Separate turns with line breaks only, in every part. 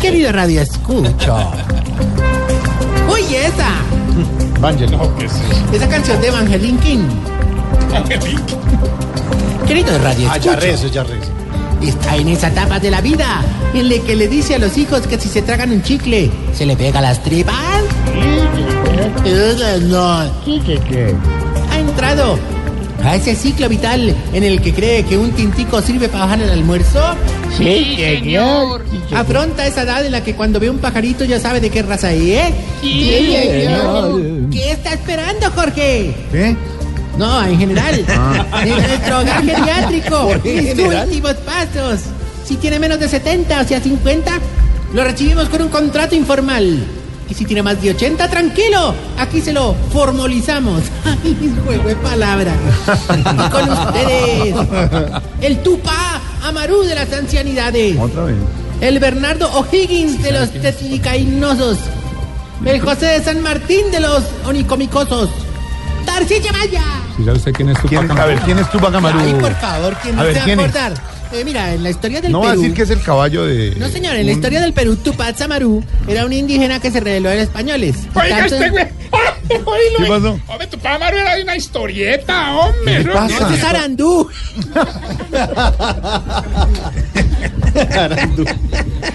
Querido Radio Escucho. Uy, esa.
Vangelo.
No, ¿qué es eso?
Esa canción de Evangeline King.
Angelito.
Querido Radio
Ah, ya
Escucho.
rezo, ya rezo.
Está en esa etapa de la vida en la que le dice a los hijos que si se tragan un chicle, se le pega las tripas. Eso no. ha entrado a ese ciclo vital en el que cree que un tintico sirve para bajar el almuerzo?
Sí, señor.
Afronta esa edad en la que cuando ve un pajarito ya sabe de qué raza es.
Sí, señor.
¿Qué está esperando, Jorge?
¿Qué? Ah.
No, en general. De nuestro hogar geriátrico.
¿Por qué en
Mis
general?
últimos pasos. Si tiene menos de 70, o sea, 50, lo recibimos con un contrato informal. Y si tiene más de 80, tranquilo. Aquí se lo formalizamos. Ay, juego de palabras. Y con ustedes, el Tupá Amaru de las ancianidades.
Otra vez.
El Bernardo O'Higgins de los tetlicainosos. El José de San Martín de los onicomicosos. Tarcilla Maya.
Si sabe usted quién es tu
¿Quién-
papá.
a ver, ¿quién es Tupac Amaru?
Ay, por favor, ¿quién
A
no
ver,
se va a
¿quién es?
acordar? Eh, mira, en la historia del
No va
Perú.
a decir que es el caballo de.
No, señor, en la
un-
historia del Perú, Tupac Amaru era un indígena que se rebeló a los españoles.
Oiga,
Tanto-
este güey. ¡Ah! Oílo.
¿Qué pasó?
Hombre, tu papá Mario era de una historieta, hombre.
¿Qué
¿no?
pasa?
¡Ese es Arandú!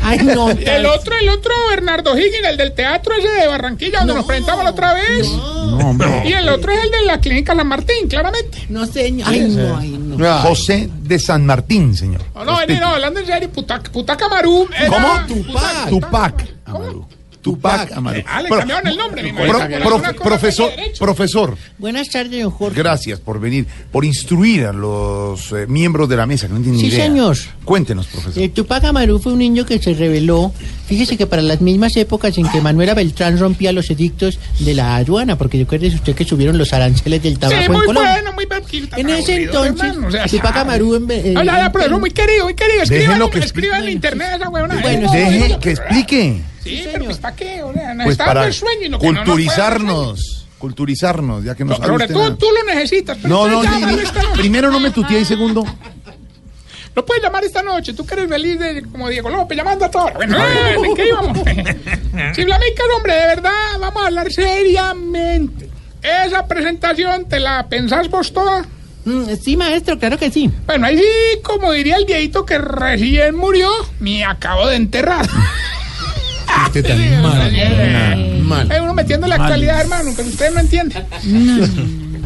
Ay, no.
El otro, el otro Bernardo Higgins, el del teatro ese de Barranquilla, donde nos presentamos la otra vez.
No, hombre.
Y el otro es el de la clínica San Martín, claramente.
No, señor. Ay, no, ay, no.
José de San Martín, señor.
No, no, no, hablando en serio, Putac, Putaca Amaru. era-
Ah,
¿Cómo?
Putaca-
Tupac Amaru. Tupac Amaru.
Ah, le
Pro-
cambiaron el nombre, me
pro-
imagino. que era
prof-
una cosa
profesor,
de derecho.
profesor,
Buenas tardes, don Jorge.
gracias por venir, por instruir a los eh, miembros de la mesa que no tienen
Sí,
idea.
señor.
Cuéntenos, profesor.
Eh, Tupac Amaru fue un niño que se rebeló. Fíjese que para las mismas épocas en que Manuela Beltrán rompía los edictos de la aduana, porque recuerde usted que subieron los aranceles del tabaco
Sí,
en
muy
Colombia.
bueno, muy bueno.
En ese entonces, Tupac Amaru en vez- eh,
Hola, hola, pero es muy querido, muy querido. Escriban,
Déjenlo que
escriban en
explique.
internet esa huevona.
Bueno,
Eh,
Deje
no, no,
que explique.
Sí,
Sí,
pero
señor.
pues para qué, o sea,
Pues
está
para
el sueño y lo que no nos puede dar el sueño.
culturizarnos, culturizarnos, ya que nos
No, sobre
usted
todo
nada.
tú lo necesitas. pero
No,
usted
no,
llama,
ni- ni-
esta noche.
primero no me tutía y segundo.
Lo puedes llamar esta noche. Tú que eres feliz de, como Diego López, llamando a toda hora. Bueno, ¿en qué íbamos? Chiflamicas, hombre, de verdad, vamos a hablar seriamente. Esa presentación, ¿te la pensás vos toda?
Mm, Sí, maestro, claro que sí.
Bueno, ahí sí, como diría el viejito que recién murió, me acabo de enterrar.
Usted Este tan
Eh,
mal.
uno metiendo la actualidad, hermano, que ustedes no entienden.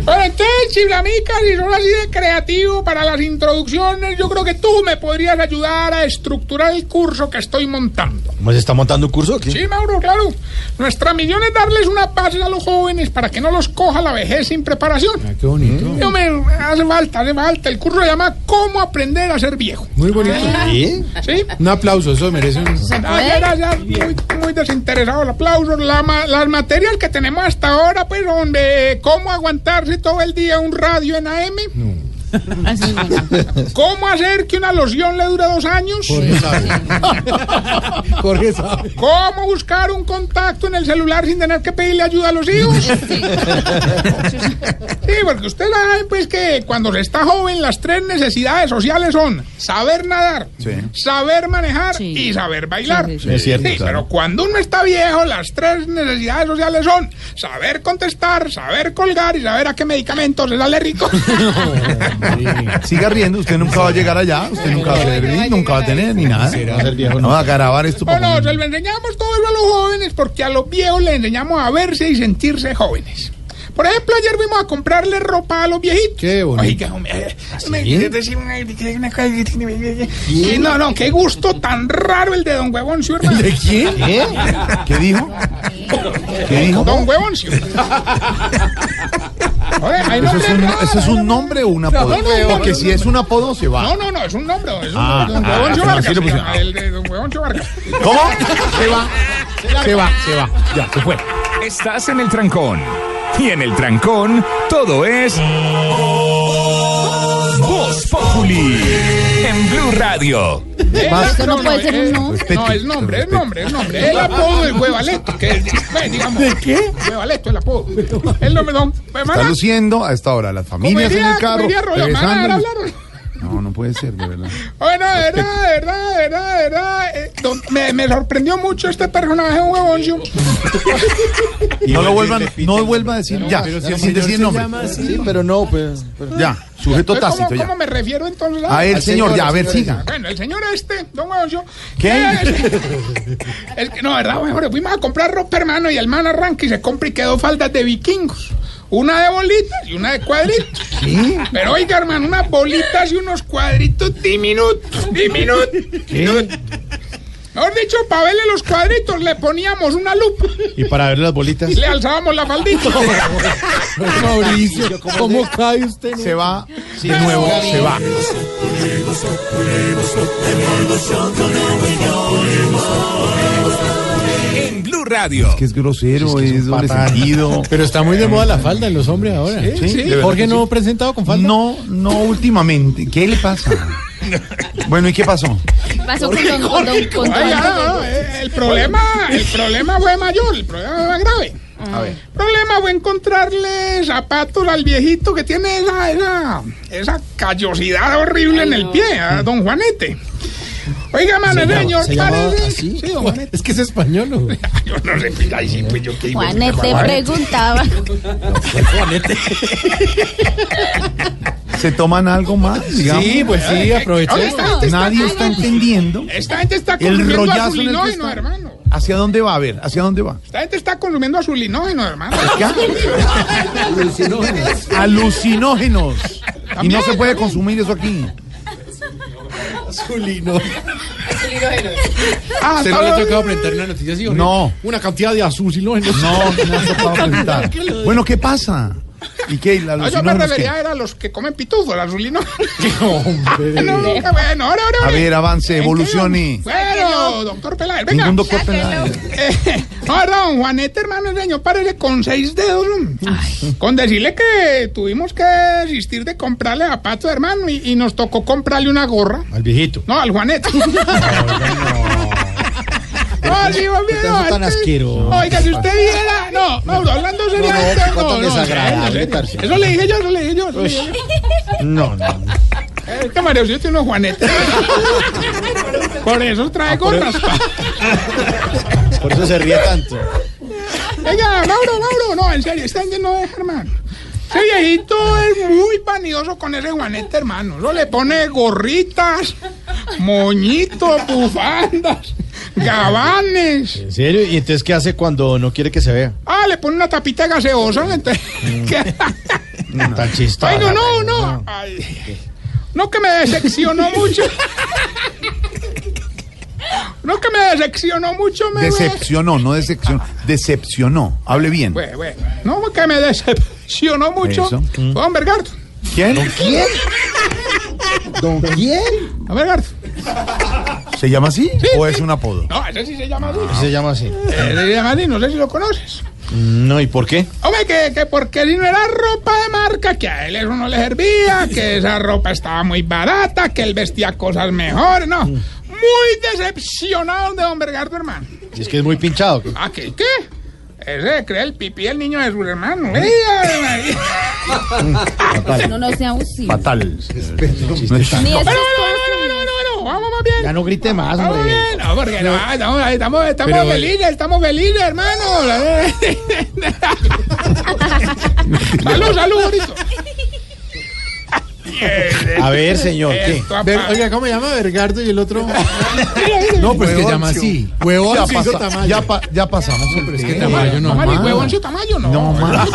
Bueno, entonces, Chiblamicas, si son así de creativo para las introducciones, yo creo que tú me podrías ayudar a estructurar el curso que estoy montando.
Pues
¿Se está montando un curso aquí?
Sí, Mauro, claro. Nuestra misión es darles una base a los jóvenes para que no los coja la vejez sin preparación.
Ah, Qué bonito.
No me hace falta, hace falta. El curso se llama ¿Cómo aprender a ser viejo? Ah.
Muy bonito.
¿Sí?
Un aplauso, eso merece un...
Ah, ya, ya, ya, muy, muy desinteresado el aplauso. La ma- las materias que tenemos hasta ahora, pues, hombre, cómo aguantarse todo el día un radio en AM,
Así, no.
cómo hacer que una loción le dure dos años,
Jorge sabe.
cómo buscar un contacto en el celular sin tener que pedirle ayuda a los hijos. Sí, porque ustedes saben, pues, que cuando se está joven, las tres necesidades sociales son saber nadar,
Sí.
saber manejar
Sí.
y saber bailar.
Sí, sí,
Es cierto,
Sí,
claro.
pero cuando uno está viejo, las tres necesidades sociales son saber contestar, saber colgar y saber a qué medicamentos es alérgico.
Siga riendo, usted nunca va a llegar allá, usted nunca va a tener, nunca va a tener ni nada.
Será ser viejo,
No va a grabar esto
No, no,
para
se lo enseñamos todo eso a los jóvenes porque a los viejos les enseñamos a verse y sentirse jóvenes. Por ejemplo, ayer fuimos a comprarle ropa a los viejitos.
Qué bonito.
Oiga, hombre, eh,
¿Ah,
me quieres decir una, que- una cosa que- que- que- No, no, qué gusto tan raro el de Don Huevoncio, hermano.
quién? ¿Qué dijo? ¿Qué dijo?
Don Huevoncio. Oye, hay
¿Eso es
nombres
un,
raros,
eso es
hay nombres-
un nombre o un apodo?
No, no, no,
Porque
no,
si es un apodo, se
No,
va.
no, no, es un nombre, es un
Ah,
don
ah,
Huevoncio
ah,
Vargas.
así lo
se llama,
pusieron.
el de Don Huevoncio Vargas.
¿Cómo? Se va. Se va, se va. Ya, se fue.
Estás en el trancón. Y en el trancón, todo es. Voz Populi. En Blue Radio.
Eso no puede ser un
es-
no.
No, es nombre, es nombre, es nombre. El apodo del huevaleto. Que es, bueno, digamos, ¿De qué? Huevaleto, el apodo. El nombre, don. pues,
Está
Hermana,
luciendo a esta hora las
como
familias en
diría,
el
como
carro.
diría Rollo, hermana,
regresando.
hablaron.
No, no puede ser, de verdad.
Bueno, de verdad, de verdad, de verdad, de verdad. eh, don- me, me sorprendió mucho este personaje, huevoncio.
No lo vuelvan, no vuelva a decir ya,
pero si el
sin
señor
decir
se
nombre.
llama así. Sí, pero no, pues. pero-
Ya, sujeto
Entonces,
tácito
¿cómo,
ya.
cómo me refiero entonces?
A él,
Al
señor,
señor,
ya, a
al
ver,
señor.
siga.
Bueno, el señor este, don huevoncio.
¿Qué?
El que, no, ¿verdad? Bueno, fuimos a comprar ropa, hermano, y el man arranca y se compra y quedó faldas de vikingos. Una de bolitas y una de cuadritos. Pero oiga, hermano, unas bolitas y unos cuadritos diminutos, diminutos. Mejor dicho, para verle los cuadritos le poníamos una lupa
Y para ver las bolitas.
y le alzábamos la faldita.
Mauricio, ¿cómo cae usted?
Se va, de nuevo, se va.
En Blue Radio.
Que es grosero, es, doble
patán.
sentido.
Pero está muy de moda la falda en los hombres ahora.
Sí, de verdad
¿Por qué
que
no
sí.
presentado con falda?
No, no últimamente. ¿Qué le pasa? Bueno, ¿y qué pasó?
Pasó con don, con don, con don-
Ay, ya, no, eh, el problema, el problema fue mayor, el problema fue grave.
A ver.
El problema fue encontrarle zapatos al viejito que tiene esa, esa, esa callosidad horrible en el pie, a don Juanete. Oiga, mano, el señor,
¿Se llamaba
parece.
así?
Sí, don Juanete.
Es que es español. ¿no?
Yo no sé, pues, ahí sí, pues yo qué digo.
Juanete preguntaba.
¿Se toman algo más? digamos?
Sí, pues sí,
Ahora
aprovechemos.
esta gente está,
Nadie está entendiendo
esta gente está
el
consumiendo
rollazo en el que
azulinógeno,
está.
hermano.
¿Hacia dónde va? A ver, ¿hacia dónde va?
Esta gente está consumiendo azulinógeno, hermano.
¿Ya? Alucinógenos. Y no se puede consumir eso aquí.
Azulino.
Ah, hasta
¿Se no le ha
luego.
tocado presentar una noticia así? Jorge?
No.
Una cantidad de azucinógenos.
No, no se puede presentar. Bueno, ¿qué pasa? ¿Y qué? ¿La
No, Ah, yo me
alucinógenos qué?
refería era a los que comen pitufo, el azulinógeno.
No, hombre.
No, bueno, ahora, ahora,
A
ahora.
ver, avance,
¿En qué
evolucione.
íbamos? Bueno, doctor Peláez, venga.
Ningún doctor penal.
Eh, ahora, don Juanete, hermano, el señor, párele con seis dedos. ¿no? Con decirle que tuvimos que desistir de comprarle zapatos, hermano, y, y nos tocó comprarle una gorra.
Al viejito.
No, al Juanete. No, sí, hombre,
Usted es
no,
tan
este-
asqueroso.
Oiga, si usted viera. No, no, hablando seriamente.
qué cosa
no, no,
desagradable,
serio, serio.
Tarcisio.
Eso le dije yo, eso le dije yo. eso le dije yo.
No, no.
Es que Mario Silva tiene unos juanetes. Por eso
Ah,
trae gorras.
Por eso se ríe tanto.
Venga, Mauro, Mauro. No, en serio, este año no deja, hermano. Ese viejito es muy vanidoso con ese juanete, hermano. Eso le pone gorritas, moñitos, bufandas, gabanes.
¿En serio? ¿Y entonces qué hace cuando no quiere que se vea?
Ah, le pone una tapita de gaseosa. entonces- ¿Qué?
Tan chistoso.
Ay, no, no, no. Ay, no que me decepcionó mucho. No que me decepcionó mucho, me
Decepcionó, no decepcionó. Decepcionó. Hable bien.
Bueno, bueno. No que me decepcionó mucho.
Eso.
Fue Don Bergardo.
¿Quién?
¿Don quién?
Don Bergardo.
¿Se llama así? ¿O es un apodo?
No, ese sí se llama Eh, así.
Se llama así.
Ese se llama así, no sé si lo conoces.
No, ¿y por qué?
Hombre, que, que porque si no era ropa de marca, que a él eso no le servía, que esa ropa estaba muy barata, que él vestía cosas mejores, no. Muy decepcionado de Don Bergardo, hermano.
Si es que es muy pinchado.
¿Ah, qué? ¿Qué? Ese cree el pipí el niño de su hermano. ¡Ey, Ave María!
No, no sea abusivo.
Fatal.
Ni esas
Bueno, bueno,
cosas.
bueno, bueno, bueno, bueno, vamos más bien.
Ya no grite más,
Vamos
Ah, hombre.
bien, no, porque no, estamos, estamos, estamos
Pero-
felices, estamos felices, hermano. salud, salud, bonito.
A ver, señor, ¿qué?
Esto,
Ver-
apa-
oiga, ¿cómo llama Vergardo y el otro?
No, pues
que llama así. Huevón,
Ya,
sí,
pasa-
Tamayo.
ya, pa- ya pasamos. Hombre,
que Tamayo no,
Mamá, ni
ma.
huevón su tamaño, no.
No, ma.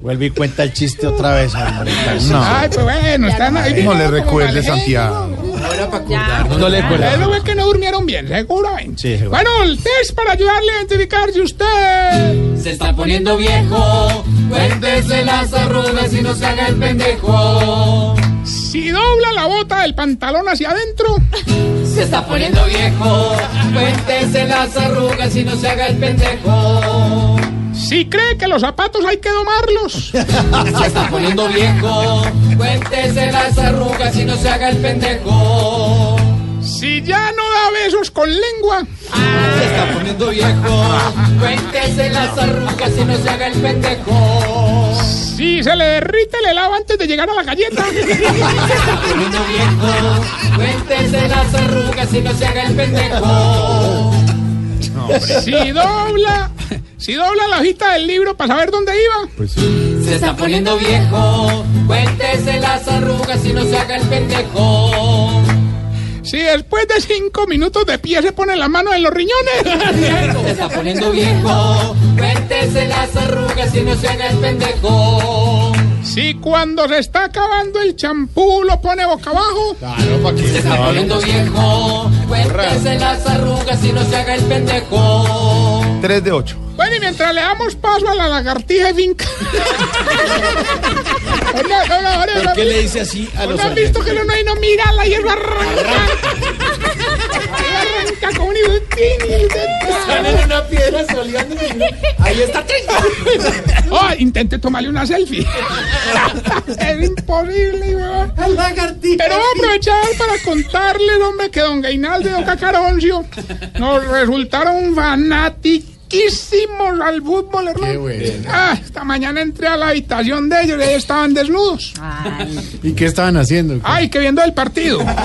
Vuelve y cuenta el chiste otra vez, hombre.
Ay, pues bueno, están ahí.
No le
como
recuerde,
mal
Santiago.
No le
Ustedes
acuerdo.
lo ven que no durmieron bien, seguramente.
Sí, seguro.
Bueno, el test para ayudarle a identificar si usted.
Se está poniendo viejo, cuéntese las arrugas y no se haga el pendejo.
Si dobla la bota del pantalón hacia adentro.
Se está poniendo viejo, cuéntese las arrugas y no se haga el pendejo.
Si cree que los zapatos hay que domarlos.
Se está poniendo viejo, cuéntese las arrugas y no se haga el pendejo.
Si ya no da besos con lengua.
Se está poniendo viejo, cuéntese las arrugas y no se haga el pendejo.
Si se le derrite el helado antes de llegar a la galleta.
Poniendo viejo, cuéntese las arrugas y no se haga el pendejo.
si dobla, si dobla la hojita del libro para saber dónde iba.
Pues
Se está poniendo viejo, cuéntese las arrugas y no se haga el pendejo.
Si después de cinco minutos de pie se pone la mano en los riñones.
Se está poniendo viejo, cuéntese las arrugas y no se haga el pendejo.
si cuando se está acabando el champú lo pone boca abajo.
Claro, pa'
Se
que.
está poniendo viejo, cuéntese las arrugas y no se haga el pendejo.
3 de 8.
Bueno, y mientras le damos paso a la lagartija de finca. Oiga, oiga, oiga,
¿Por qué le dice así a los
¿No han visto que no, no hay no mira la hierba arranca? Ella arranca como un
Están
ibutín.
en una piedra soleándose. Ahí está trinca.
Oh, intenté tomarle una selfie. es imposible, weón. Pero voy a aprovechar para contarles, hombre, que don Gainaldo y don Cacaroncio nos resultaron fanatiquísimos al fútbol, hermano.
Qué bueno.
Ah, esta mañana entré a la habitación de ellos y ellos estaban desnudos.
¿Y qué estaban haciendo?
Ay, que viendo el partido.
Como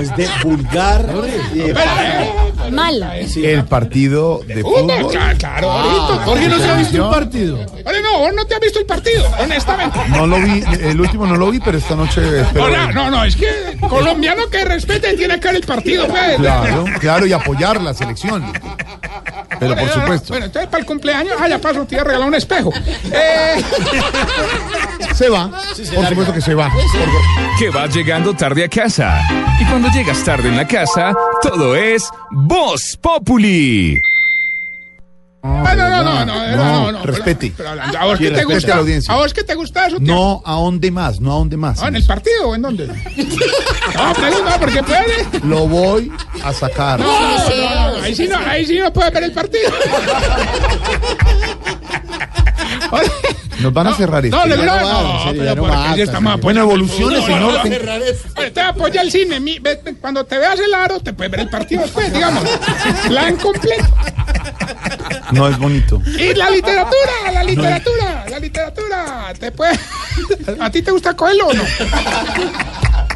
es de vulgar. y de-
eh,
Mala.
El partido de
Fútbol,
fútbol.
claro,
Ah,
claro, ahorita.
Jorge no se ha visto un
Yo-
partido.
Oye, no, vos no te has visto el partido, honestamente.
No lo vi, el último no lo vi, pero esta noche espero.
Hola,
verlo.
no, no, es que colombiano que respete tiene que ver el partido, pues.
Claro, claro, y apoyar la selección. Pero
Bueno,
por
no, no,
supuesto,
Bueno, entonces para el cumpleaños, ah, ya paso, te voy a regalar un espejo. Eh,
se va. Por supuesto que se va.
Que vas llegando tarde a casa. Y cuando llegas tarde en la casa, todo es Voz Populi.
ah, no, no, no, no, no, no, no,
respete.
pero- pero a vos que te
respete
gusta,
a la audiencia.
a vos que te gusta eso, tío.
No ahonde más, no ahonde más.
Ah, en el partido, o ¿en dónde? No, pregunta, porque puede.
Lo voy a sacar.
Ahí sí no, ahí sí no puede ver el partido.
Nos van a cerrar esto.
No, le no,
no va,
no,
en serio, ya
pero
no
porque
va,
sí está
tan
más
serio.
buena
evoluciones, señor.
Oye, Te apoya el cine. mi- ve- ve- cuando te veas el aro, te puedes ver el partido después, digamos. Plan completo.
No es bonito.
Y la literatura, la literatura, la literatura. Te puede... ¿A ti te gusta Coelho o no?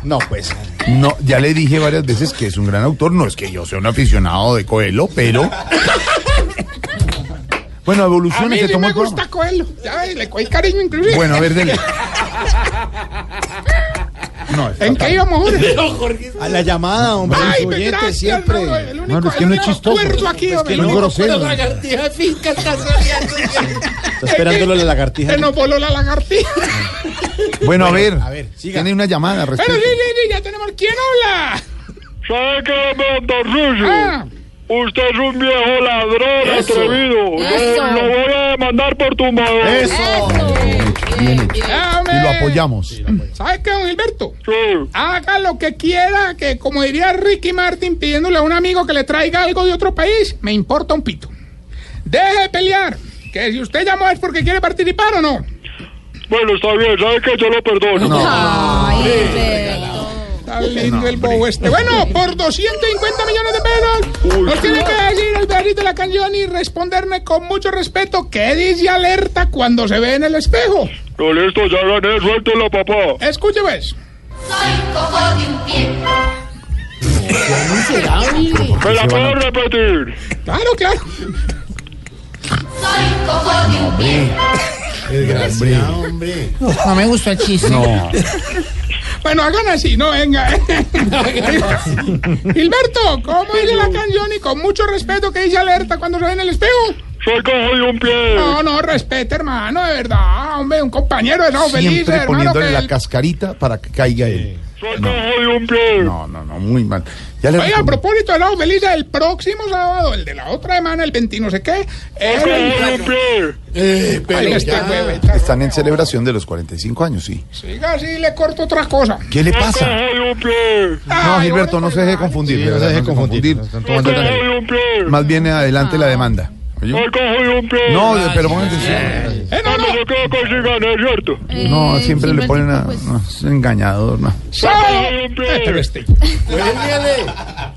No, pues.
No, ya le dije varias veces que es un gran autor. No es que yo sea un aficionado de Coelho, pero. Bueno,
A mí
evoluciones se
sí
tomó
me
el
gusta
programa.
Coelho. Ya ves, le cogí cariño inclusive.
Bueno, a ver, dele. No, es
¿En qué
fatal.
íbamos ahora?
A la
Ah,
llamada, hombre.
Ay, pues
influyente
gracias,
siempre.
no, el único,
Bueno, es que no
el
es
único
chistoso.
cuerdo aquí, hombre.
que no es grosero.
lagartija de finca está soleando.
Está esperándolo la lagartija.
Se nos voló la lagartija.
Bueno, a ver.
a ver, siga.
Tiene una llamada.
Pero sí,
respete.
sí, sí, ya tenemos. ¿Quién habla?
¿Sabe qué, don Tarcisio?
Ah.
Usted es un viejo ladrón atrevido.
Eso.
Lo, lo voy a demandar por tumbador.
Ah, hombre.
Y lo apoyamos.
¿Sabes qué, don Gilberto?
Sí.
Haga lo que quiera, que como diría Ricky Martin pidiéndole a un amigo que le traiga algo de otro país, me importa un pito. Deje de pelear, que si usted llamó es porque quiere participar o no.
Bueno, está bien. ¿Sabe qué? Yo lo perdono.
Ay, Alberto.
Está lindo el bobo este. Bueno, por 250 millones de pesos,
Uy,
nos
sí.
tiene que decir el pedacito de la canción y responderme con mucho respeto qué dice alerta cuando se ve en el espejo.
No, listo. Ya gané. Suéltelo, papá.
Escuche, pues.
¿Me la puedo repetir?
Claro, claro.
hombre.
No me gusta el chiste.
Bueno, hagan así, no venga. Gilberto, ¿cómo dice la canción y con mucho respeto que dice alerta cuando se ve en el espejo?
Soy cojo de un pie.
No, no, respete, hermano, de verdad, hombre, un compañero de no feliz,
Siempre
hermano.
poniéndole
Que
la
el-
cascarita para que caiga él.
Soy cojo de un pie.
No, no, no, muy mal. Ya le
Oiga, a
respondí.
propósito de no feliz, el próximo sábado, el de la otra semana, el 20 no sé qué,
Soy
es
cojo
el...
de un pie.
Eh,
Ay,
pero
este
ya.
hueve, está-
Están en celebración de los 45 años, sí.
Siga así, le corto otra cosa.
¿Qué le
Soy
pasa?
cojo de un pie.
No,
Ay,
Gilberto, no se deje confundir.
Sí,
de
no
verdad,
se deje confundir.
confundir.
Soy cojo de un pie.
Más bien adelante la demanda. ¿oyó?
Soy cojo de un pie.
No, de- pero pongan atención.
Eh, no,
Cuando
no,
yo quedo con si gané, ¿cierto?
Eh,
No, siempre le ponen a.
pues,
no, es engañador, no.
sábado. Eh,
Soy cojo de un pie.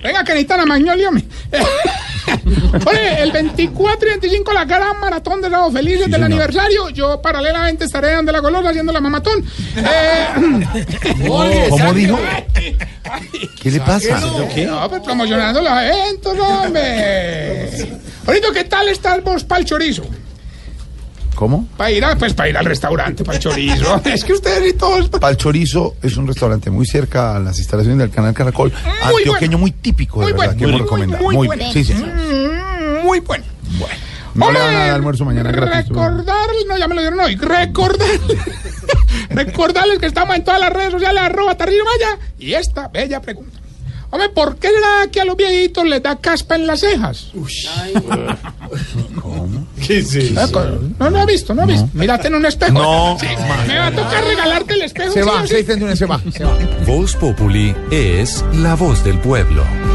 Venga, que necesitan a Magnolio, hombre. Eh, Oye, el 24 y 25 la gran maratón de Sábado Felices del
señor.
aniversario. Yo paralelamente estaré dando la golosa haciendo la mamatón. Eh,
¿Cómo dijo? ¿Qué le pasa?
no, pues promocionando los eventos, hombre. Ahorita, ¿qué tal estás vos para el chorizo?
¿Cómo?
Para ir, a- pues, para ir al restaurante, para el chorizo. Es que ustedes y todos...
Pal Chorizo es un restaurante muy cerca a las instalaciones del canal Caracol,
Mm, bueno.
antioqueño muy típico,
Muy
de verdad,
bueno,
que
muy
hemos
bueno,
recomendado.
muy
Muy
bueno.
bien, sí, sí. sí.
Mm, Muy bueno. Bueno. eh,
No le van a dar almuerzo mañana gratis,
Recordarles, no, ya me lo dieron hoy. Recordarles, recordarles que estamos en todas las redes sociales, arroba Tarrino Maya. Y esta bella pregunta. Hombre, ¿por qué será que a los viejitos les da caspa en las cejas? Ah, con- No, no ha visto, no ha visto. Mírate en un espejo.
No,
Sí, me va a tocar regalarte el espejo. sí o sí.
Voz Populi es la voz del pueblo.